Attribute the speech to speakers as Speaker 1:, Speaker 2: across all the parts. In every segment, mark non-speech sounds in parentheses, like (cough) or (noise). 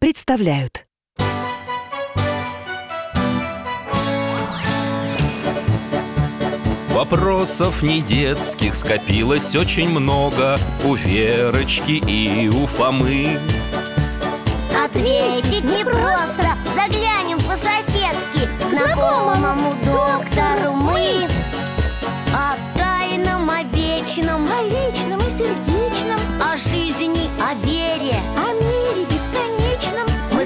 Speaker 1: представляют
Speaker 2: Вопросов не детских скопилось очень много У Верочки и у Фомы
Speaker 3: Ответить непросто Заглянем по-соседски к Знакомому доктору мы О тайном, о вечном О личном и сердечном О жизни, о вере О мире бесконечном Мы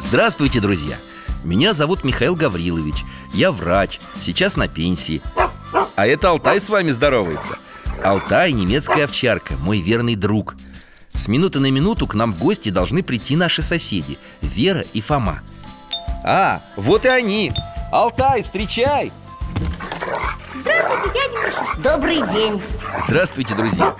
Speaker 2: Здравствуйте, друзья! Меня зовут Михаил Гаврилович. Я врач, сейчас на пенсии. А это Алтай с вами здоровается. Алтай – немецкая овчарка, мой верный друг. С минуты на минуту к нам в гости должны прийти наши соседи – Вера и Фома. А, вот и они! Алтай, встречай!
Speaker 3: Добрый день
Speaker 2: Здравствуйте, друзья!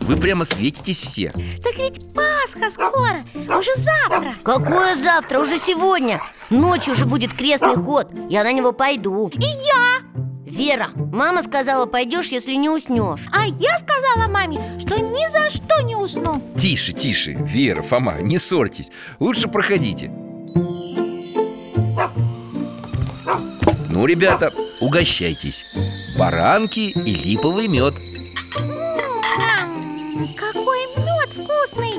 Speaker 2: Вы прямо светитесь все.
Speaker 4: Так ведь Пасха скоро, уже завтра
Speaker 3: Какое завтра? Уже сегодня Ночью уже будет крестный ход Я на него пойду
Speaker 4: И я,
Speaker 3: Вера, мама сказала, пойдешь, если не уснешь
Speaker 4: а я сказала маме, что ни за что не усну
Speaker 2: Тише, тише, Вера, Фома, не ссорьтесь. Лучше проходите. Ну, ребята, угощайтесь. Баранки и липовый мед.
Speaker 4: М, Какой мед вкусный,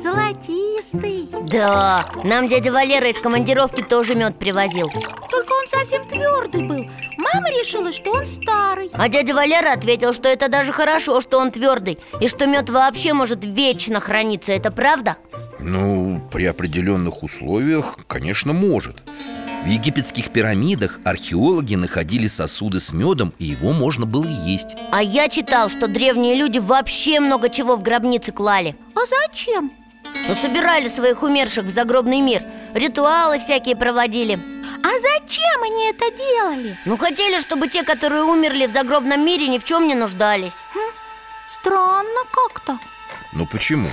Speaker 4: золотистый
Speaker 3: Да, нам дядя Валера из командировки тоже мед привозил
Speaker 4: Только он совсем твердый был Мама решила, что он старый
Speaker 3: А дядя Валера ответил, что это даже хорошо, что он твердый И что мед вообще может вечно храниться, это правда?
Speaker 2: Ну, при определенных условиях, конечно, может. В египетских пирамидах археологи находили сосуды с медом, и его можно было есть.
Speaker 3: А я читал, что древние люди вообще много чего в гробницы клали
Speaker 4: А зачем?
Speaker 3: Ну, собирали своих умерших в загробный мир Ритуалы всякие проводили
Speaker 4: А зачем они это делали?
Speaker 3: Ну, хотели, чтобы те, которые умерли в загробном мире, ни в чем не нуждались
Speaker 4: Странно как-то
Speaker 2: Но почему?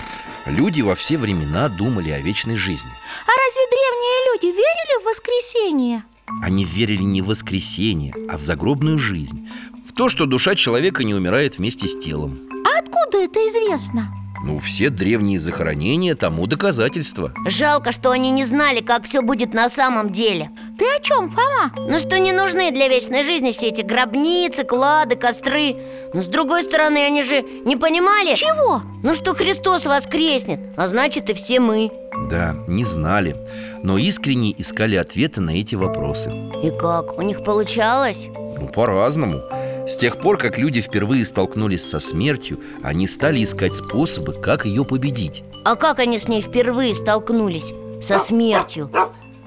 Speaker 2: Люди во все времена думали о вечной жизни.
Speaker 4: А разве древние люди верили в воскресенье?
Speaker 2: Они верили не в воскресенье, а в загробную жизнь В то, что душа человека не умирает вместе с телом
Speaker 4: А откуда это известно?
Speaker 2: Ну, все древние захоронения тому доказательство
Speaker 3: Жалко, что они не знали, как все будет на самом деле
Speaker 4: Ты о чем, Фома?
Speaker 3: Ну что не нужны для вечной жизни все эти гробницы, клады, костры Но с другой стороны, они же не понимали
Speaker 4: Чего?
Speaker 3: Ну что Христос воскреснет, а значит и все мы
Speaker 2: Да, не знали Но искренне искали ответы на эти вопросы
Speaker 3: И как, у них получалось?
Speaker 2: Ну, по-разному С тех пор, как люди впервые столкнулись со смертью Они стали искать способы, как ее победить
Speaker 3: А как они с ней впервые столкнулись? Со смертью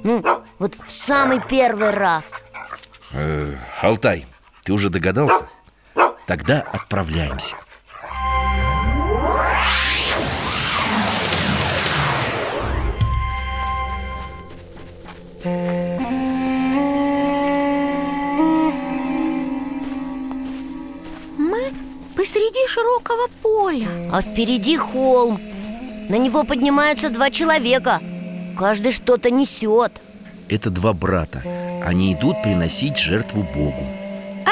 Speaker 3: Ну, вот в самый первый раз
Speaker 2: Э, Алтай, ты уже догадался? Тогда отправляемся
Speaker 4: Мы посреди широкого поля
Speaker 3: А впереди холм На него поднимаются два человека Каждый что-то несет
Speaker 2: Это два брата Они идут приносить жертву Богу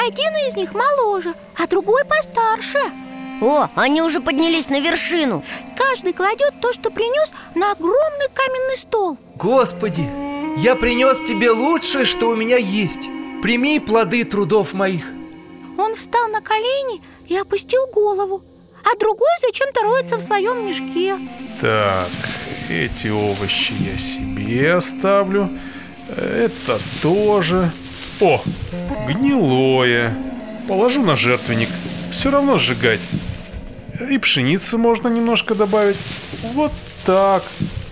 Speaker 4: Один из них моложе, а другой постарше
Speaker 3: О, они уже поднялись на вершину
Speaker 4: Каждый кладет то, что принес, на огромный каменный стол
Speaker 5: Господи, я принес тебе лучшее, что у меня есть. Прими плоды трудов моих.
Speaker 4: Он встал на колени и опустил голову А другой зачем-то роется в своем мешке
Speaker 6: Так, Эти овощи я себе оставлю. Это тоже. О, гнилое. Положу на жертвенник. Все равно сжигать. И пшеницы можно немножко добавить. Вот так.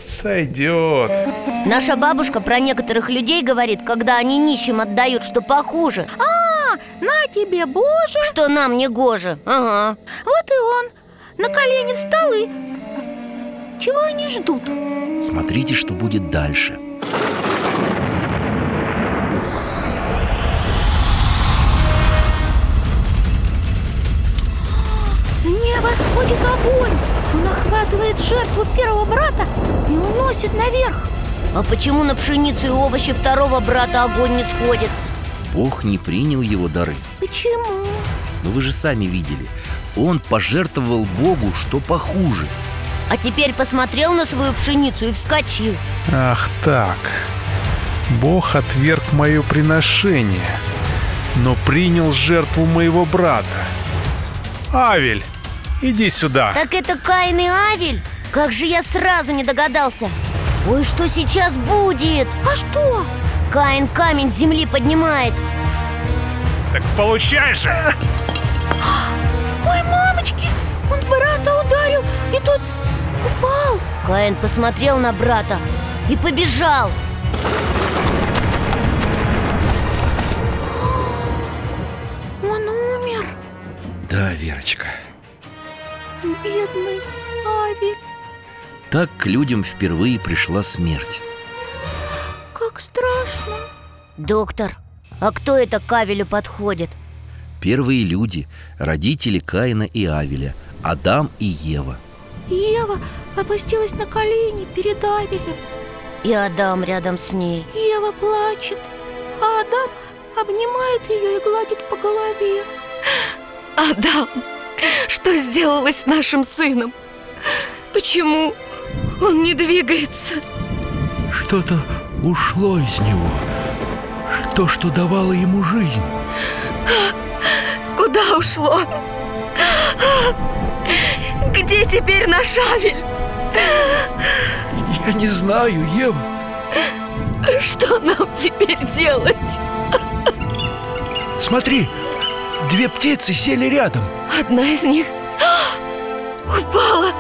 Speaker 6: Сойдет.
Speaker 3: Наша бабушка про некоторых людей говорит, когда они нищим отдают, что похуже
Speaker 4: На тебе, Боже!
Speaker 3: Что нам не гоже Ага
Speaker 4: Вот и он на колени встал и... Чего они ждут?
Speaker 2: Смотрите, что будет дальше.
Speaker 4: С неба сходит огонь! Он охватывает жертву первого брата и уносит наверх.
Speaker 3: А почему на пшеницу и овощи второго брата огонь не сходит?
Speaker 2: Бог не принял его дары.
Speaker 4: Почему?
Speaker 2: Но вы же сами видели. Он пожертвовал Богу, что похуже.
Speaker 3: А теперь посмотрел на свою пшеницу и вскочил
Speaker 6: Ах так. Бог отверг мое приношение, но принял жертву моего брата. Авель, иди сюда.
Speaker 3: Так это Каин и Авель? Как же я сразу не догадался Ой, что сейчас будет?
Speaker 4: А что?
Speaker 3: Каин камень с земли поднимает
Speaker 6: Так получай же!
Speaker 4: Ой, мамочки! Он брата ударил, и тот упал.
Speaker 3: Каин посмотрел на брата и побежал
Speaker 4: Он умер,
Speaker 2: Да, Верочка.
Speaker 4: бедный Аби.
Speaker 2: Так к людям впервые пришла смерть.
Speaker 4: Как страшно.
Speaker 3: Доктор, а кто это к Авелю подходит?
Speaker 2: Первые люди, родители Каина и Авеля, Адам и Ева.
Speaker 4: Ева опустилась на колени перед Авелем.
Speaker 3: И Адам рядом с ней
Speaker 4: Ева плачет, а Адам обнимает ее и гладит по голове.
Speaker 7: Адам, что сделалось с нашим сыном? Почему он не двигается?
Speaker 8: Что-то ушло из него. То, что давало ему жизнь.
Speaker 7: Куда ушло? Где теперь наш Авель?
Speaker 8: Я не знаю, Ева.
Speaker 7: Что нам теперь делать?
Speaker 8: Смотри, две птицы сели рядом.
Speaker 7: Одна из них (gasps) упала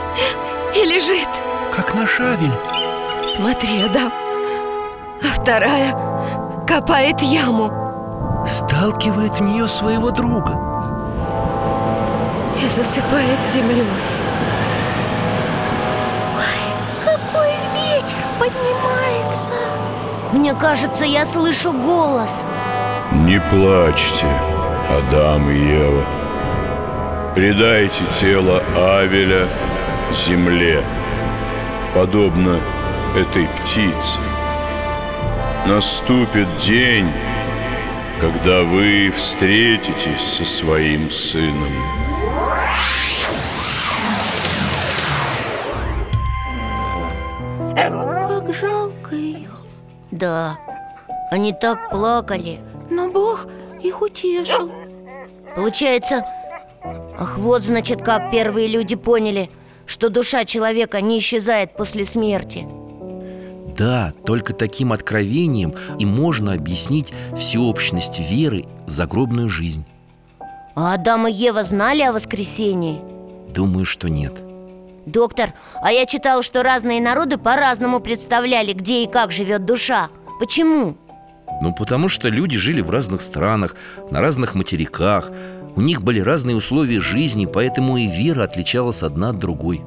Speaker 7: и лежит.
Speaker 8: Как на шавель.
Speaker 7: Смотри, Адам. А вторая копает яму
Speaker 8: Сталкивает в нее своего друга.
Speaker 7: и засыпает землю.
Speaker 4: Какой ветер поднимается.
Speaker 3: Мне кажется, я слышу голос
Speaker 9: Не плачьте, Адам и Ева. Предайте тело Авеля земле, подобно этой птице. Наступит день, когда вы встретитесь со своим сыном.
Speaker 4: Как жалко ее.
Speaker 3: Да, они так плакали
Speaker 4: Но Бог их утешил.
Speaker 3: Получается, ах вот значит как первые люди поняли, что душа человека не исчезает после смерти.
Speaker 2: Да, только таким откровением и можно объяснить всеобщность веры в загробную жизнь.
Speaker 3: А Адам и Ева знали о воскресении?
Speaker 2: Думаю, что нет.
Speaker 3: Доктор, а я читал, что разные народы по-разному представляли, где и как живет душа. Почему?
Speaker 2: Ну, потому что люди жили в разных странах, на разных материках. У них были разные условия жизни, поэтому и вера отличалась одна от другой.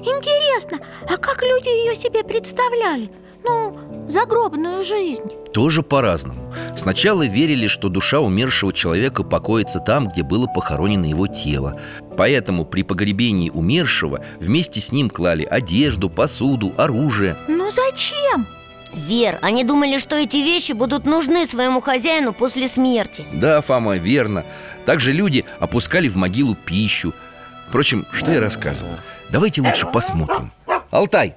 Speaker 4: Интересно, а как люди ее себе представляли? Ну, загробную жизнь.
Speaker 2: Тоже по-разному. Сначала верили, что душа умершего человека покоится там, где было похоронено его тело. Поэтому при погребении умершего вместе с ним клали одежду, посуду, оружие.
Speaker 4: Но зачем?
Speaker 3: Вер, они думали, что эти вещи будут нужны своему хозяину после смерти.
Speaker 2: Да, Фома, верно. Также люди опускали в могилу пищу. Впрочем, что я рассказывал? Давайте лучше посмотрим. Алтай,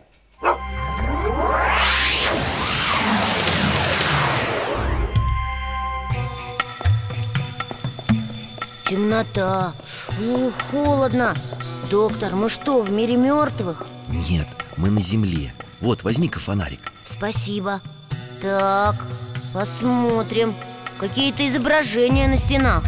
Speaker 3: Темнота. Ух, холодно. Доктор, мы что, в мире мертвых?
Speaker 2: Нет, мы на земле Вот, возьми-ка фонарик
Speaker 3: Спасибо Так, посмотрим Какие-то изображения на стенах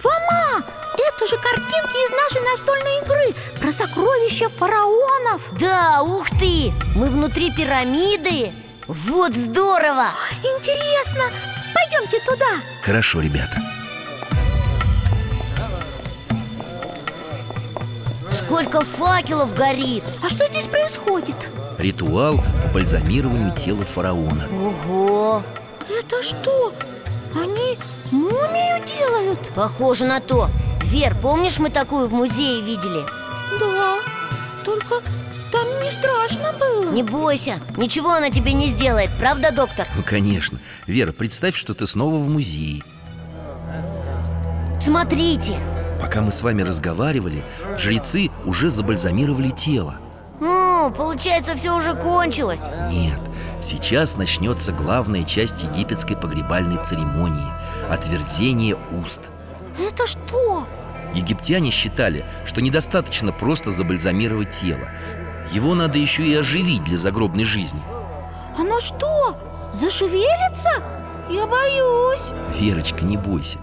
Speaker 4: Фома, это же картинки из нашей настольной игры Про сокровища фараонов
Speaker 3: Да, ух ты! Мы внутри пирамиды Вот здорово!
Speaker 4: Интересно, пойдемте туда
Speaker 2: Хорошо, ребята
Speaker 3: Сколько факелов горит
Speaker 4: А что здесь происходит?
Speaker 2: Ритуал по бальзамированию тела фараона
Speaker 3: Ого!
Speaker 4: Это что? Они мумию делают?
Speaker 3: Похоже на то Вер, помнишь, мы такую в музее видели?
Speaker 4: Да, только там не страшно было
Speaker 3: Не бойся, ничего она тебе не сделает, правда, доктор?
Speaker 2: Ну, конечно Вера, представь, что ты снова в музее
Speaker 3: Смотрите
Speaker 2: Пока мы с вами разговаривали, жрецы уже забальзамировали тело
Speaker 3: Ну, получается, все уже кончилось
Speaker 2: Нет, сейчас начнется главная часть египетской погребальной церемонии Отверзение уст
Speaker 4: Это что?
Speaker 2: Египтяне считали, что недостаточно просто забальзамировать тело Его надо еще и оживить для загробной жизни
Speaker 4: Оно что? Зашевелится? Я боюсь
Speaker 2: Верочка, не бойся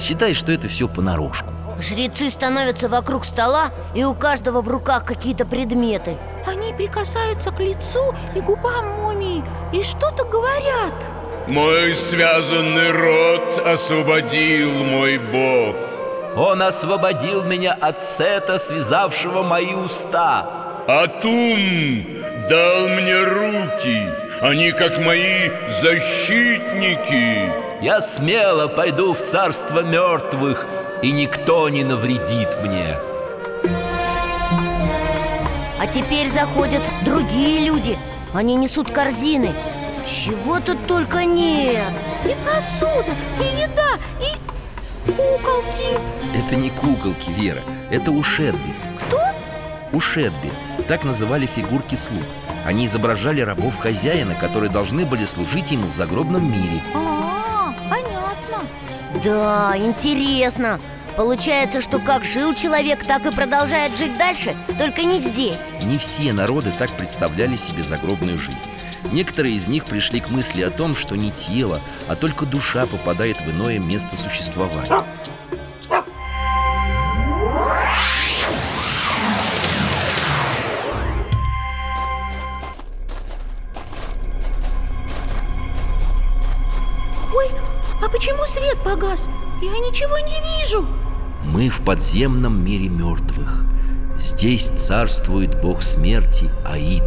Speaker 2: Считай, что это все понарошку
Speaker 3: Жрецы становятся вокруг стола, и у каждого в руках какие-то предметы
Speaker 4: Они прикасаются к лицу и губам мумии и что-то говорят
Speaker 9: Мой связанный рот освободил мой Бог
Speaker 2: Он освободил меня от сета, связавшего мои уста
Speaker 9: Атум А дал мне руки Они как мои защитники
Speaker 2: Я смело пойду в царство мертвых И никто не навредит мне
Speaker 3: А теперь заходят другие люди Они несут корзины Чего тут только нет
Speaker 4: И посуда, и еда, и куколки
Speaker 2: Это не куколки, Вера, это ушедби
Speaker 4: Кто?
Speaker 2: Ушедби Так называли фигурки слуг Они изображали рабов хозяина, которые должны были служить ему в загробном мире
Speaker 4: А, понятно
Speaker 3: Да, интересно Получается, что как жил человек, так и продолжает жить дальше, только не здесь
Speaker 2: Не все народы так представляли себе загробную жизнь Некоторые из них пришли к мысли о том, что не тело, а только душа попадает в иное место существования
Speaker 4: Ой, а почему свет погас? Я ничего не вижу
Speaker 2: Мы в подземном мире мертвых Здесь царствует бог смерти Аид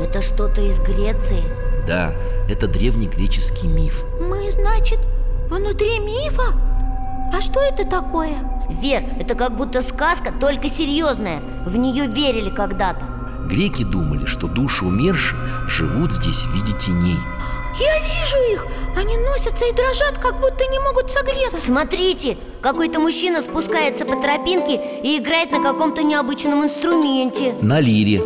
Speaker 3: Это что-то из Греции
Speaker 2: Да, это древнегреческий миф
Speaker 4: Мы, значит, внутри мифа? А что это такое?
Speaker 3: Вер, это как будто сказка, только серьезная В нее верили когда-то
Speaker 2: Греки думали, что души умерших живут здесь в виде теней
Speaker 4: Я вижу их! Они носятся и дрожат, как будто не могут согреться
Speaker 3: Смотрите, какой-то мужчина спускается по тропинке и играет на каком-то необычном инструменте
Speaker 2: На лире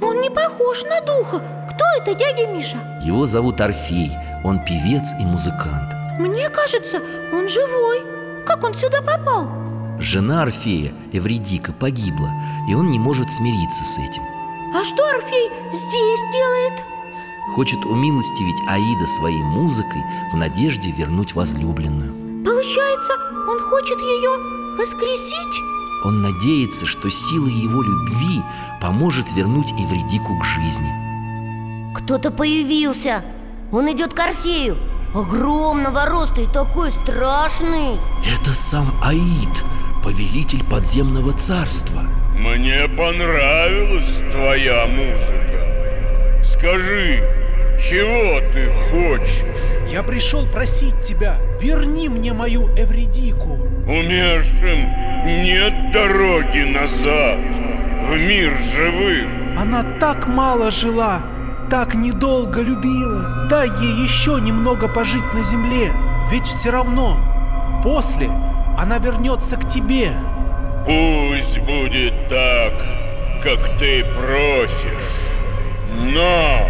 Speaker 4: Он не похож на духа Кто это, дядя Миша?
Speaker 2: Его зовут Орфей, он певец и музыкант
Speaker 4: Мне кажется, он живой Как он сюда попал?
Speaker 2: Жена Орфея, Эвредика, погибла, и он не может смириться с этим
Speaker 4: А что Орфей здесь делает?
Speaker 2: Хочет умилостивить Аида своей музыкой в надежде вернуть возлюбленную
Speaker 4: Получается, он хочет ее воскресить?
Speaker 2: Он надеется, что сила его любви поможет вернуть Эвредику к жизни
Speaker 3: Кто-то появился Он идет к Орфею Огромного роста и такой страшный
Speaker 2: Это сам Аид, повелитель подземного царства
Speaker 9: Мне понравилась твоя музыка Скажи, чего ты хочешь?
Speaker 10: Я пришел просить тебя, верни мне мою Эвредику
Speaker 9: Умершим нет дороги назад В мир живых
Speaker 10: Она так мало жила, так недолго любила Дай ей еще немного пожить на земле Ведь все равно, после она вернется к тебе
Speaker 9: Пусть будет так, как ты просишь Но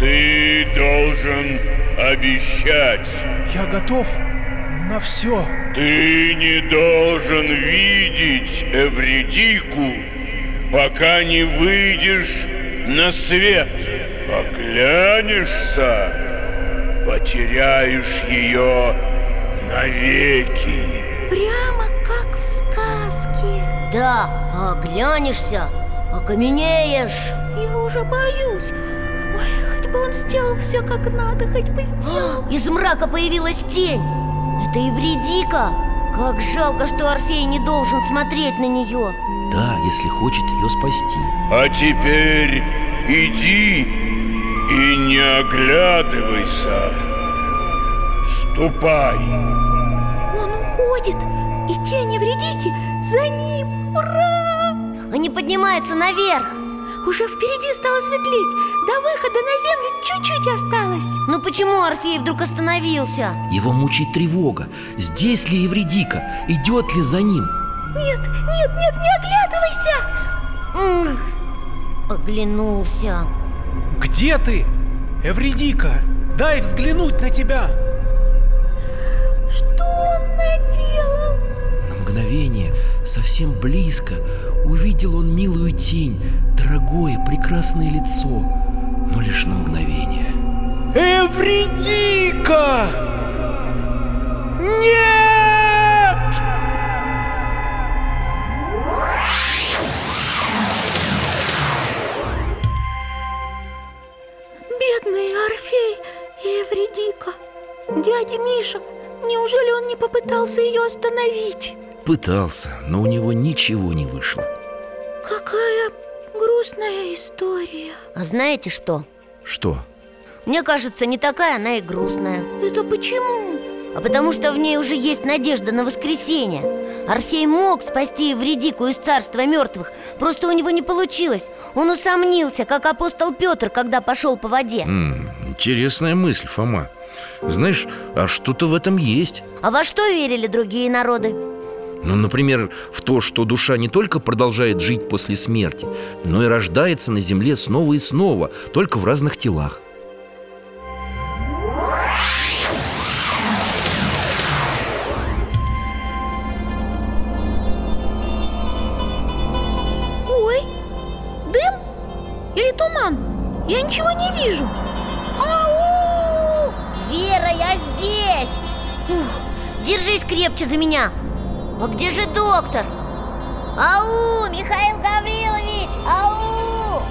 Speaker 9: ты должен обещать
Speaker 10: Я готов на все
Speaker 9: Ты не должен видеть Эвредику пока не выйдешь на свет. Оглянешься, потеряешь ее навеки.
Speaker 4: Прямо как в сказке.
Speaker 3: Да, оглянешься, окаменеешь.
Speaker 4: Я уже боюсь. Ой, хоть бы он сделал все как надо, хоть бы сделал.
Speaker 3: Из мрака появилась тень. Это Евредика. Как жалко, что Орфей не должен смотреть на нее.
Speaker 2: Да, если хочет ее спасти.
Speaker 9: А теперь иди и не оглядывайся. Ступай.
Speaker 4: Он уходит, и тени вредите за ним. Ура!
Speaker 3: Они поднимаются наверх.
Speaker 4: Уже впереди стало светлеть. До выхода на землю чуть-чуть осталось.
Speaker 3: Ну почему Орфей вдруг остановился?
Speaker 2: Его мучает тревога. Здесь ли Евредика? Идет ли за ним?
Speaker 4: Нет, нет, нет, не оглядывайся!
Speaker 3: М, Оглянулся.
Speaker 10: Где ты? Эвредика, дай взглянуть на тебя!
Speaker 4: Что он наделал?
Speaker 2: На мгновение, совсем близко, увидел он милую тень, дорогое, прекрасное лицо. Но лишь на мгновение.
Speaker 10: Эвредика! Нет!
Speaker 4: Бедный Орфей и Эвредика. Дядя Миша, неужели он не попытался ее остановить?
Speaker 2: Пытался, но у него ничего не вышло.
Speaker 4: Какая грустная история.
Speaker 3: А знаете что?
Speaker 2: Что?
Speaker 3: Мне кажется, не такая она и грустная.
Speaker 4: Это почему?
Speaker 3: А потому что в ней уже есть надежда на воскресение Орфей мог спасти Евредику из царства мертвых Просто у него не получилось Он усомнился, как апостол Петр, когда пошел по воде
Speaker 2: М, интересная мысль, Фома. Знаешь, а что-то в этом есть.
Speaker 3: А во что верили другие народы?
Speaker 2: Ну, например, в то, что душа не только продолжает жить после смерти, но и рождается на земле снова и снова, только в разных телах.
Speaker 4: Ой, дым или туман? Я ничего не вижу.
Speaker 3: Ау! Вера, я здесь! Ух, держись крепче за меня А где же доктор? Ау, Михаил Гаврилович! Ау!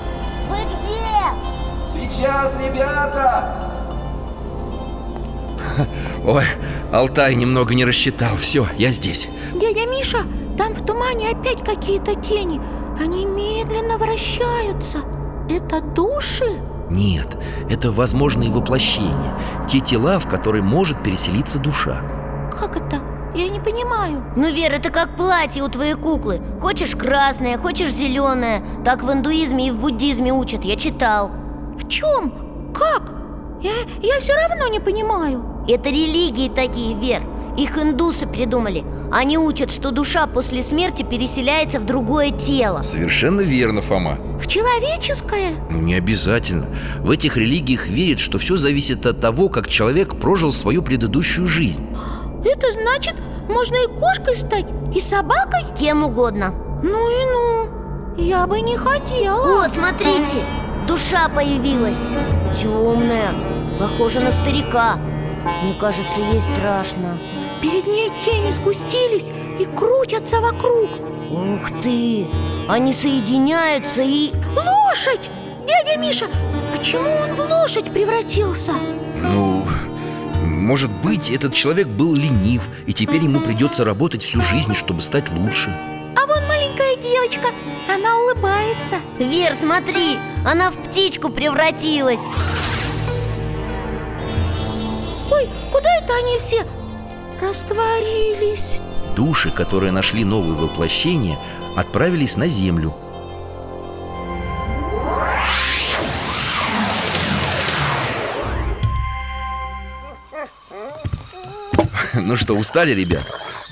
Speaker 3: Вы где?
Speaker 5: Сейчас, ребята!
Speaker 2: Ой, Алтай немного не рассчитал. Все, я здесь.
Speaker 4: Дядя Миша, там в тумане опять какие-то тени. Они медленно вращаются. Это души?
Speaker 2: Нет, это возможные воплощения. Те тела, в которые может переселиться душа.
Speaker 4: Как это? Я не понимаю.
Speaker 3: Ну, Вера, это как платье у твоей куклы Хочешь красное, хочешь зеленое Так в индуизме и в буддизме учат, я читал
Speaker 4: В чем? Как? Я, я все равно не понимаю.
Speaker 3: Это религии такие, Вер Их индусы придумали Они учат, что душа после смерти переселяется в другое тело
Speaker 2: Совершенно верно, Фома.
Speaker 4: В человеческое?
Speaker 2: Ну, не обязательно. В этих религиях верят, что все зависит от того, как человек прожил свою предыдущую жизнь.
Speaker 4: Это значит, можно и кошкой стать, и собакой?
Speaker 3: Кем угодно
Speaker 4: Ну и ну. Я бы не хотела.
Speaker 3: О, смотрите, душа появилась Темная, похожа на старика Мне кажется, ей страшно
Speaker 4: Перед ней тени сгустились и крутятся вокруг.
Speaker 3: Ух ты, они соединяются и...
Speaker 4: Лошадь! Дядя Миша, почему он в лошадь превратился?
Speaker 2: Ну, может быть, этот человек был ленив, и теперь ему придется работать всю жизнь, чтобы стать лучше.
Speaker 4: А вон маленькая девочка, она улыбается.
Speaker 3: Вер, смотри, она в птичку превратилась
Speaker 4: Ой, куда это они все растворились?
Speaker 2: Души, которые нашли новые воплощения, отправились на землю. (laughs) Ну что, устали, ребят?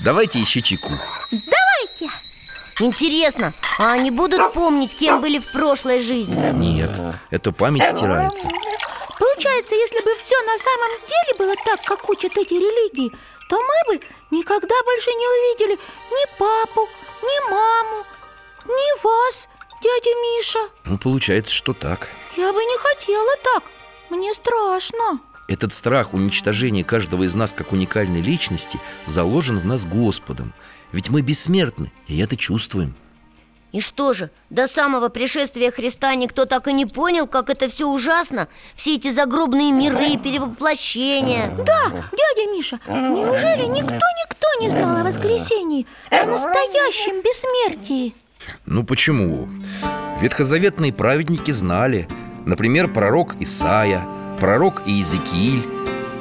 Speaker 2: Давайте еще чайку.
Speaker 3: Интересно, а они будут помнить, кем были в прошлой жизни?
Speaker 2: Нет, эта память стирается.
Speaker 4: Получается, если бы все на самом деле было так, как учат эти религии, то мы бы никогда больше не увидели ни папу, ни маму, ни вас, Маша,
Speaker 2: Ну, получается, что так.
Speaker 4: я бы не хотела так. Мне страшно.
Speaker 2: Этот страх уничтожения каждого из нас как уникальной личности заложен в нас Господом. Ведь мы бессмертны, и это чувствуем.
Speaker 3: И что же, до самого пришествия Христа никто так и не понял, как это все ужасно? Все эти загробные миры, перевоплощения
Speaker 4: Да, дядя Миша, неужели никто-никто не знал о воскресении, о настоящем бессмертии?
Speaker 2: Ну почему? Ветхозаветные праведники знали. Например, пророк Исаия, пророк Иезекииль,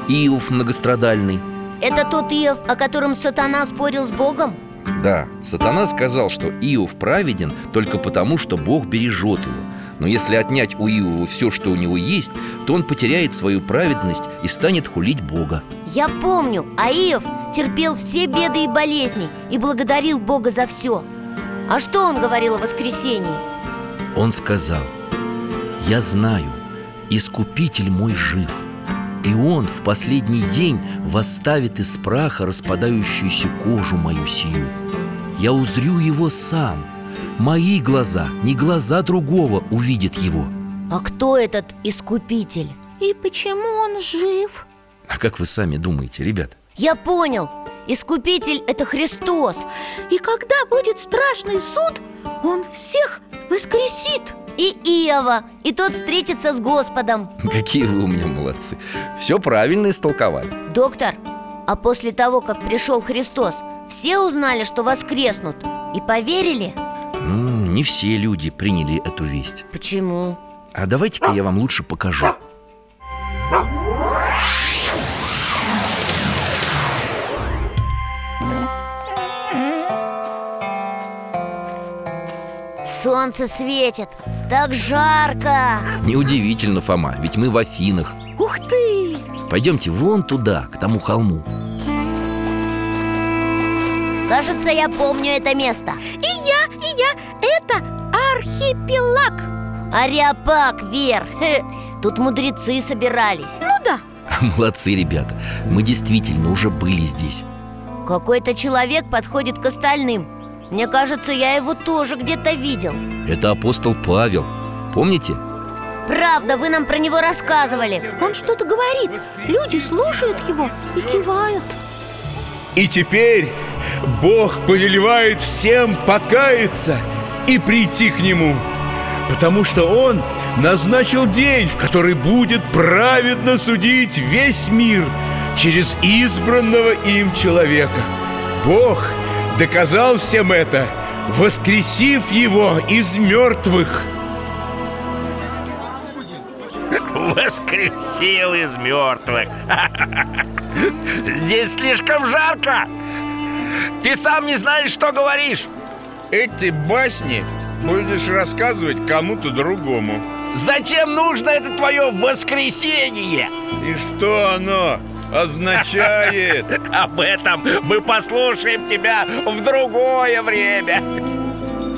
Speaker 2: Иов многострадальный.
Speaker 3: Это тот Иов, о котором сатана спорил с Богом?
Speaker 2: Да, сатана сказал, что Иов праведен только потому, что Бог бережет его. Но если отнять у Иова все, что у него есть, то он потеряет свою праведность и станет хулить Бога.
Speaker 3: Я помню, а Иов терпел все беды и болезни и благодарил Бога за все А что он говорил о воскресении?
Speaker 2: Он сказал, «Я знаю, Искупитель мой жив, и Он в последний день восставит из праха распадающуюся кожу мою сию. Я узрю Его сам, мои глаза, не глаза другого увидят Его».
Speaker 3: А кто этот искупитель?
Speaker 4: И почему он жив?
Speaker 2: А как вы сами думаете, ребят? (laughs)
Speaker 3: Я понял, искупитель – это Христос
Speaker 4: И когда будет страшный суд, он всех воскресит
Speaker 3: И Иова, и тот встретится с Господом
Speaker 2: Какие вы у меня молодцы Все правильно истолковали
Speaker 3: Доктор, а после того, как пришел Христос, все узнали, что воскреснут и поверили?
Speaker 2: М, Не все люди приняли эту весть
Speaker 3: Почему?
Speaker 2: А давайте-ка я вам лучше покажу
Speaker 3: Солнце светит, так жарко
Speaker 2: Неудивительно, Фома, ведь мы в Афинах
Speaker 4: Ух ты!
Speaker 2: Пойдемте вон туда, к тому холму (laughs)
Speaker 3: Кажется, я помню это место
Speaker 4: И я, и я, это архипелаг
Speaker 3: Ариапак, Вер, хе, тут мудрецы собирались
Speaker 4: Ну да,
Speaker 2: Молодцы, ребята, мы действительно уже были здесь
Speaker 3: Какой-то человек подходит к остальным Мне кажется, я его тоже где-то видел
Speaker 2: Это апостол Павел, помните?
Speaker 3: Правда, вы нам про него рассказывали
Speaker 4: он что-то говорит Люди слушают его и кивают
Speaker 9: И теперь Бог повелевает всем покаяться и прийти к Нему, потому что Он назначил день, в который будет праведно судить весь мир через избранного им человека. Бог доказал всем это, воскресив его из мертвых.
Speaker 11: Воскресил из мертвых (laughs) Здесь слишком жарко Ты сам не знаешь, что говоришь
Speaker 9: Эти басни будешь рассказывать кому-то другому.
Speaker 11: Зачем нужно это твое воскресенье? (laughs)
Speaker 9: И что оно означает?
Speaker 11: Об этом мы послушаем тебя в другое время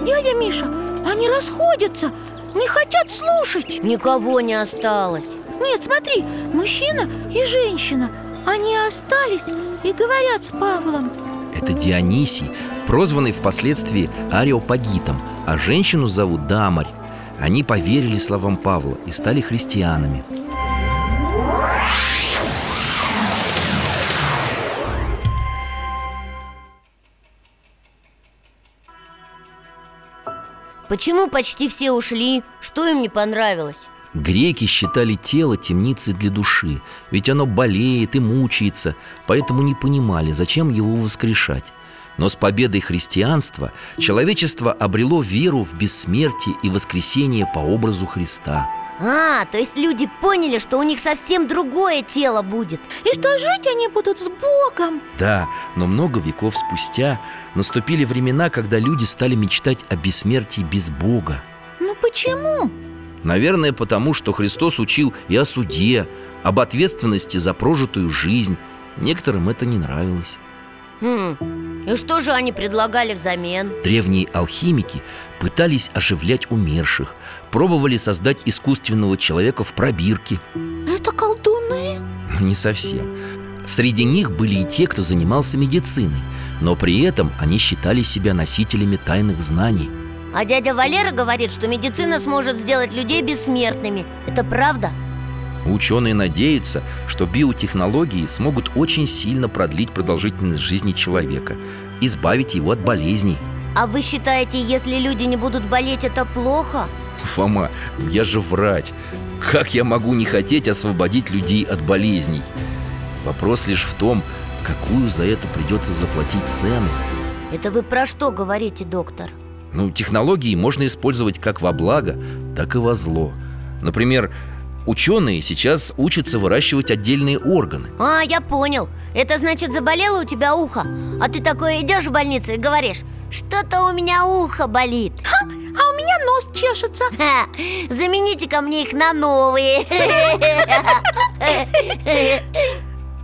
Speaker 4: Дядя Миша, они расходятся, не хотят слушать
Speaker 3: Никого не осталось
Speaker 4: Нет, смотри, мужчина и женщина Они остались и говорят с Павлом
Speaker 2: Это Дионисий, прозванный впоследствии Ариопагитом А женщину зовут Дамарь Они поверили словам Павла и стали христианами
Speaker 3: Почему почти все ушли? Что им не понравилось?
Speaker 2: Греки считали тело темницей для души, ведь оно болеет и мучается, поэтому не понимали, зачем его воскрешать. Но с победой христианства человечество обрело веру в бессмертие и воскресение по образу Христа.
Speaker 3: А, то есть люди поняли, что у них совсем другое тело будет
Speaker 4: И что жить они будут с Богом
Speaker 2: Да, но много веков спустя наступили времена, когда люди стали мечтать о бессмертии без Бога.
Speaker 4: Ну почему?
Speaker 2: Наверное, потому что Христос учил и о суде, об ответственности за прожитую жизнь. Некоторым это не нравилось.
Speaker 3: Хм, И что же они предлагали взамен?
Speaker 2: Древние алхимики пытались оживлять умерших, пробовали создать искусственного человека в пробирке.
Speaker 4: Это колдуны?
Speaker 2: Но Не совсем. Среди них были и те, кто занимался медициной, но при этом они считали себя носителями тайных знаний.
Speaker 3: А дядя Валера говорит, что медицина сможет сделать людей бессмертными Это правда?
Speaker 2: Ученые надеются, что биотехнологии смогут очень сильно продлить продолжительность жизни человека, избавить его от болезней.
Speaker 3: А вы считаете, если люди не будут болеть, это плохо?
Speaker 2: Фома, ну я же врач. Как я могу не хотеть освободить людей от болезней? Вопрос лишь в том, какую за это придется заплатить цену.
Speaker 3: Это вы про что говорите, доктор?
Speaker 2: Ну, технологии можно использовать как во благо, так и во зло. Например, ученые сейчас учатся выращивать отдельные органы.
Speaker 3: А, я понял Это значит, заболело у тебя ухо А ты такое идешь в больницу и говоришь Что-то у меня ухо болит А у меня нос чешется Замените-ка мне их на новые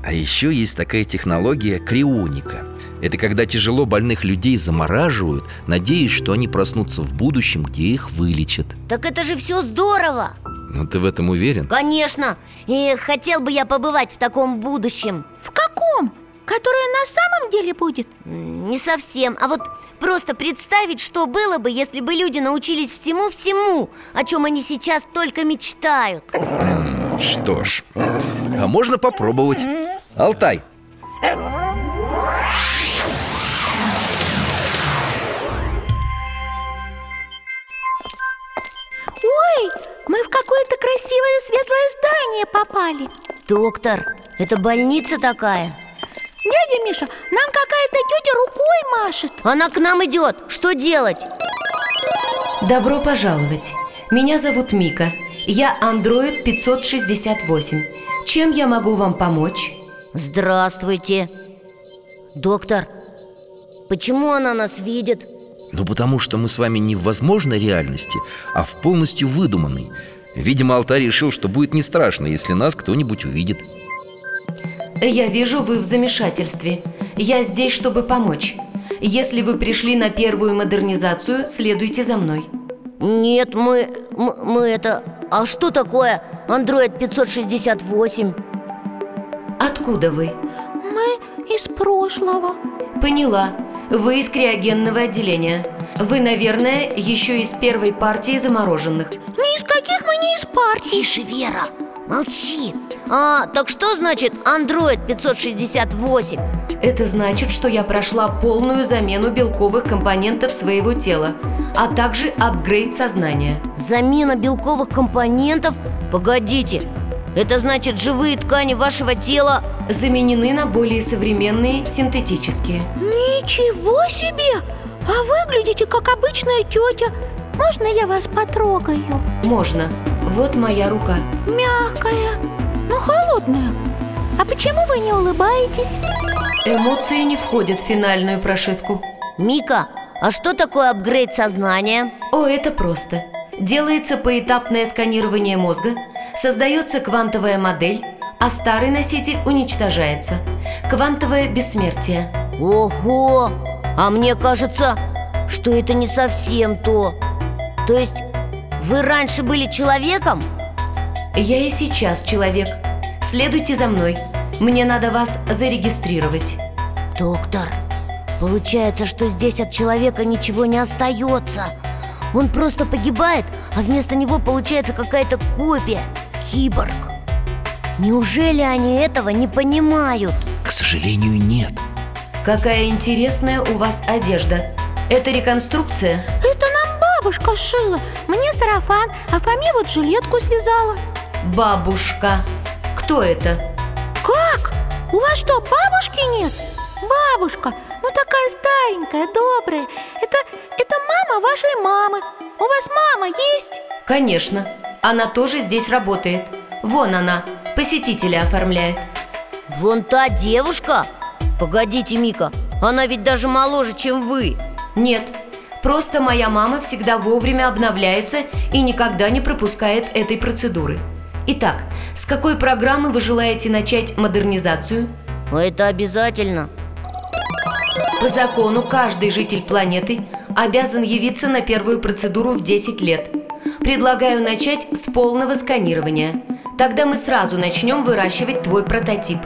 Speaker 2: А еще есть такая технология крионика. Это когда тяжело больных людей замораживают, надеясь, что они проснутся в будущем, где их вылечат.
Speaker 3: Так это же все здорово
Speaker 2: Но Ну, ты в этом уверен?
Speaker 3: Конечно И хотел бы я побывать в таком будущем
Speaker 4: В каком? Которое на самом деле будет?
Speaker 3: М, Не совсем, а вот просто представить, что было бы, если бы люди научились всему-всему О чем они сейчас только мечтают
Speaker 2: Что ж, а можно попробовать. Алтай,
Speaker 4: Ой, мы в какое-то красивое светлое здание попали
Speaker 3: Доктор, это больница такая?
Speaker 4: Дядя Миша, нам какая-то тетя рукой машет
Speaker 3: Она к нам идет, что делать?
Speaker 12: Добро пожаловать. Меня зовут Мика. Я андроид 568. Чем я могу вам помочь?
Speaker 3: Здравствуйте. Доктор, почему она нас видит?
Speaker 2: Ну потому что мы с вами не в возможной реальности, а в полностью выдуманной. Видимо, Алтай решил, что будет не страшно, если нас кто-нибудь увидит.
Speaker 12: Я вижу, вы в замешательстве. Я здесь, чтобы помочь. Если вы пришли на первую модернизацию, следуйте за мной.
Speaker 3: Нет, мы... м- мы это... А что такое Android 568?
Speaker 12: Откуда вы?
Speaker 4: Мы из прошлого
Speaker 12: Поняла. Вы из криогенного отделения. Вы, наверное, еще из первой партии замороженных.
Speaker 4: Ни из каких мы не из партии
Speaker 3: Тише, Вера, молчи А, так что значит Android 568?
Speaker 12: Это значит, что я прошла полную замену белковых компонентов своего тела, а также апгрейд сознания.
Speaker 3: Замена белковых компонентов? Погодите, это значит живые ткани вашего тела
Speaker 12: Заменены на более современные синтетические.
Speaker 4: Ничего себе! А выглядите как обычная тетя Можно я вас потрогаю?
Speaker 12: Можно. Вот моя рука.
Speaker 4: Мягкая, но холодная А почему вы не улыбаетесь?
Speaker 12: Эмоции не входят в финальную прошивку.
Speaker 3: Мика, а что такое апгрейд сознания?
Speaker 12: О, это просто. Делается поэтапное сканирование мозга, создается квантовая модель, а старый носитель уничтожается. Квантовое бессмертие.
Speaker 3: Ого! А мне кажется, что это не совсем то То есть вы раньше были человеком?
Speaker 12: Я и сейчас человек. Следуйте за мной. Мне надо вас зарегистрировать.
Speaker 3: Доктор, получается, что здесь от человека ничего не остается Он просто погибает, а вместо него получается какая-то копия Киборг Неужели они этого не понимают?
Speaker 2: К сожалению, нет.
Speaker 12: Какая интересная у вас одежда. Это реконструкция?
Speaker 4: Это нам бабушка шила Мне сарафан, а Фоме вот жилетку связала
Speaker 12: Бабушка. Кто это?
Speaker 4: Как? У вас что, бабушки нет? Бабушка, ну такая старенькая, добрая Это, это мама вашей мамы У вас мама есть?
Speaker 12: Конечно. Она тоже здесь работает. Вон она, посетителя оформляет.
Speaker 3: Вон та девушка? Погодите, Мика, она ведь даже моложе, чем вы
Speaker 12: Нет, просто моя мама всегда вовремя обновляется и никогда не пропускает этой процедуры. Итак, с какой программы вы желаете начать модернизацию?
Speaker 3: А это обязательно
Speaker 12: По закону каждый житель планеты обязан явиться на первую процедуру в 10 лет. Предлагаю начать с полного сканирования. Тогда мы сразу начнем выращивать твой прототип.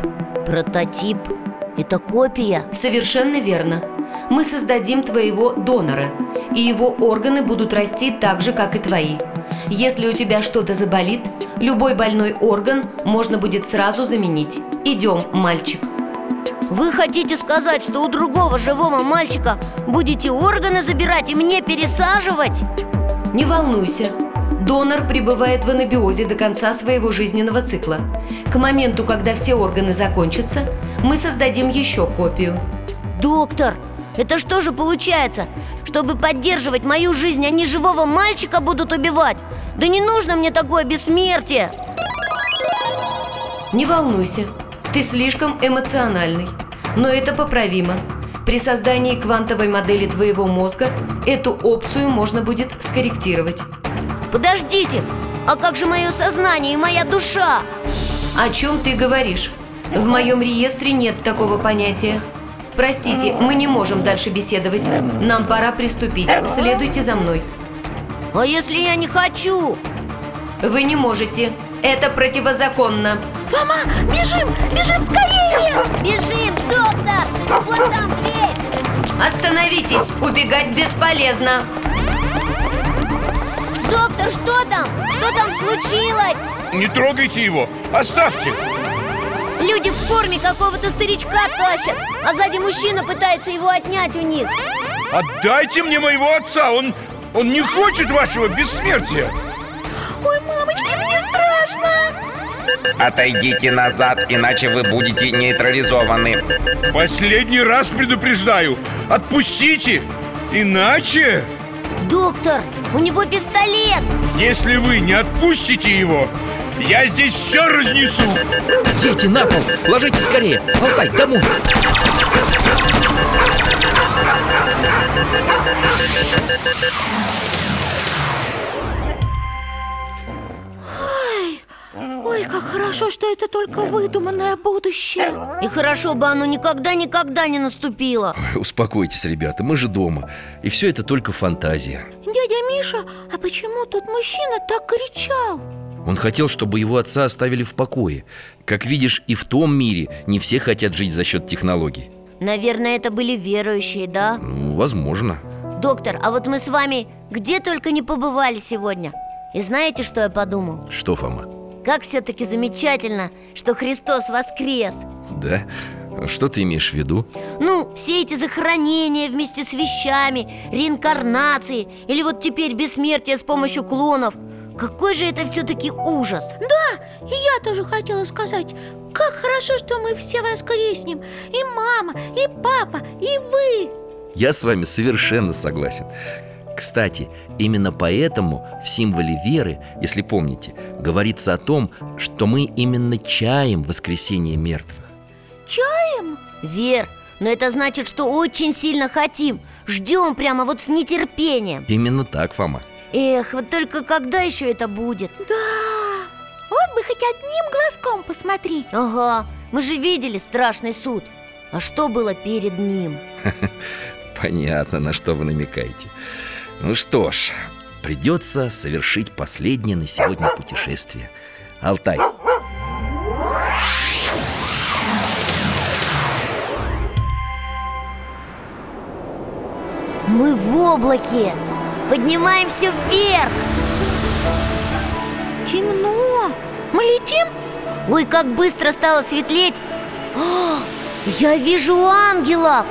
Speaker 3: Прототип – это копия?
Speaker 12: Совершенно верно. Мы создадим твоего донора. и его органы будут расти так же, как и твои. Если у тебя что-то заболит, любой больной орган можно будет сразу заменить. Идем, мальчик.
Speaker 3: Вы хотите сказать, что у другого живого мальчика будете органы забирать и мне пересаживать?
Speaker 12: Не волнуйся. Донор пребывает в анабиозе до конца своего жизненного цикла. К моменту, когда все органы закончатся, мы создадим еще копию.
Speaker 3: Доктор, это что же получается? Чтобы поддерживать мою жизнь, они живого мальчика будут убивать? Да не нужно мне такое бессмертие!
Speaker 12: Не волнуйся, ты слишком эмоциональный. Но это поправимо. При создании квантовой модели твоего мозга эту опцию можно будет скорректировать.
Speaker 3: Подождите, а как же мое сознание и моя душа?
Speaker 12: О чем ты говоришь? В моем реестре нет такого понятия. Простите, мы не можем дальше беседовать. Нам пора приступить. Следуйте за мной.
Speaker 3: А если я не хочу?
Speaker 12: Вы не можете. Это противозаконно.
Speaker 4: Фома, бежим! Бежим скорее!
Speaker 3: Бежим, доктор! Вот там дверь!
Speaker 12: Остановитесь! Убегать бесполезно!
Speaker 3: Доктор, что там? Что там случилось?
Speaker 9: Не трогайте его! Оставьте!
Speaker 3: Люди в форме какого-то старичка тащат, а сзади мужчина пытается его отнять у них.
Speaker 9: Отдайте мне моего отца! Он, он не хочет вашего бессмертия!
Speaker 4: Ой, мамочки, мне страшно!
Speaker 13: Отойдите назад, иначе вы будете нейтрализованы.
Speaker 9: Последний раз предупреждаю, отпустите, иначе...
Speaker 3: Доктор, у него пистолет!
Speaker 9: Если вы не отпустите его, я здесь все разнесу!
Speaker 2: Дети, на пол! Ложитесь скорее! Алтай, домой!
Speaker 4: Ой, ой, как хорошо, что это только выдуманное будущее
Speaker 3: И хорошо бы оно никогда-никогда не наступило
Speaker 2: (laughs) Успокойтесь, ребята, мы же дома И все это только фантазия
Speaker 4: Дядя Миша, а почему тот мужчина так кричал?
Speaker 2: Он хотел, чтобы его отца оставили в покое Как видишь, и в том мире не все хотят жить за счет технологий
Speaker 3: Наверное, это были верующие, да?
Speaker 2: Ну, возможно
Speaker 3: Доктор, а вот мы с вами где только не побывали сегодня И знаете, что я подумал?
Speaker 2: Что, Фома?
Speaker 3: Как все-таки замечательно, что Христос воскрес
Speaker 2: Да? Что ты имеешь в виду?
Speaker 3: Ну, все эти захоронения вместе с вещами, реинкарнации Или вот теперь бессмертие с помощью клонов какой же это все-таки ужас
Speaker 4: Да, и я тоже хотела сказать Как хорошо, что мы все воскреснем И мама, и папа, и вы
Speaker 2: Я с вами совершенно согласен кстати, именно поэтому в символе веры, если помните, говорится о том, что мы именно чаем воскресение мертвых.
Speaker 4: Чаем?
Speaker 3: Вер, но это значит, что очень сильно хотим Ждем прямо вот с нетерпением
Speaker 2: Именно так, Фома
Speaker 3: Эх, вот только когда еще это будет?
Speaker 4: Да, вот бы хоть одним глазком посмотреть
Speaker 3: Ага, мы же видели страшный суд А что было перед ним?
Speaker 2: Понятно, на что вы намекаете Ну что ж, придется совершить последнее на сегодня путешествие Алтай
Speaker 3: Мы в облаке! Поднимаемся вверх
Speaker 4: Темно Мы летим?
Speaker 3: Ой, как быстро стало светлеть О, Я вижу ангелов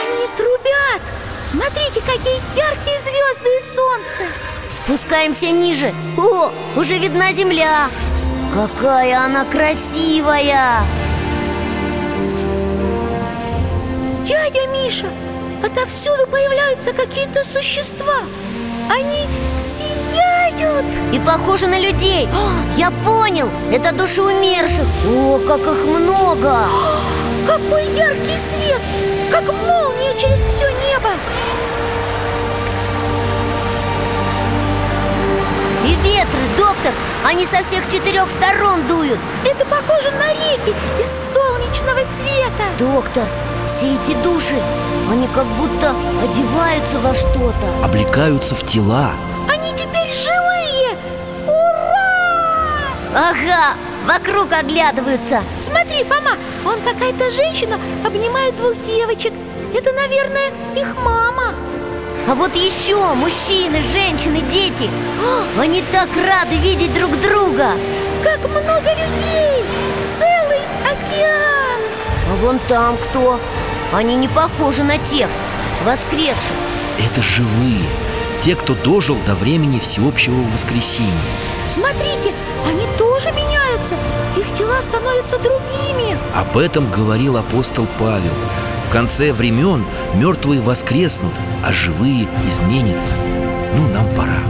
Speaker 4: Они трубят Смотрите, какие яркие звезды и солнце
Speaker 3: Спускаемся ниже О, уже видна земля Какая она красивая!
Speaker 4: Дядя Миша, отовсюду появляются какие-то существа Они сияют А!
Speaker 3: И похожи на людей О, Я понял, это души умерших О, как их много О,
Speaker 4: (gasps) Какой яркий свет Как молния через все небо
Speaker 3: И ветры, доктор, они со всех четырех сторон дуют
Speaker 4: Это похоже на реки из солнечного света
Speaker 3: Доктор, все эти души, они как будто одеваются во что-то
Speaker 2: Облекаются в тела
Speaker 4: Они теперь живые! Ура!
Speaker 3: Ага, Вокруг оглядываются
Speaker 4: Смотри, Фома, он какая-то женщина обнимает двух девочек Это, наверное, их мама
Speaker 3: А вот еще мужчины, женщины, дети О, Они так рады видеть друг друга
Speaker 4: Как много людей! Целый океан!
Speaker 3: А вон там кто? Они не похожи на тех воскресших
Speaker 2: Это живые Те, кто дожил до времени всеобщего воскресения
Speaker 4: Смотрите, они тоже меняются Их тела становятся другими
Speaker 2: Об этом говорил апостол Павел В конце времен мертвые воскреснут, а живые изменятся Ну, нам пора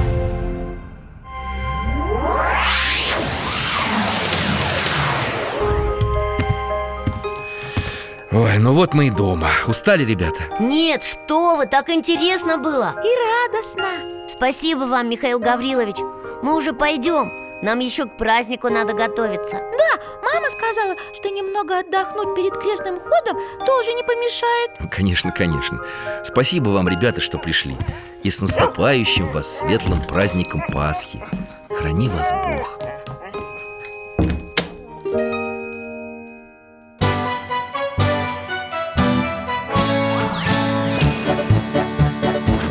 Speaker 2: Ой, ну вот мы и дома. Устали, ребята?
Speaker 3: Нет, что вы, так интересно было
Speaker 4: И радостно
Speaker 3: Спасибо вам, Михаил Гаврилович Мы уже пойдем Нам еще к празднику надо готовиться
Speaker 4: Да, мама сказала, что немного отдохнуть перед крестным ходом тоже не помешает
Speaker 2: Ну, Конечно, конечно. Спасибо вам, ребята, что пришли. И с наступающим вас светлым праздником Пасхи. Храни вас Бог. В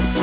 Speaker 2: С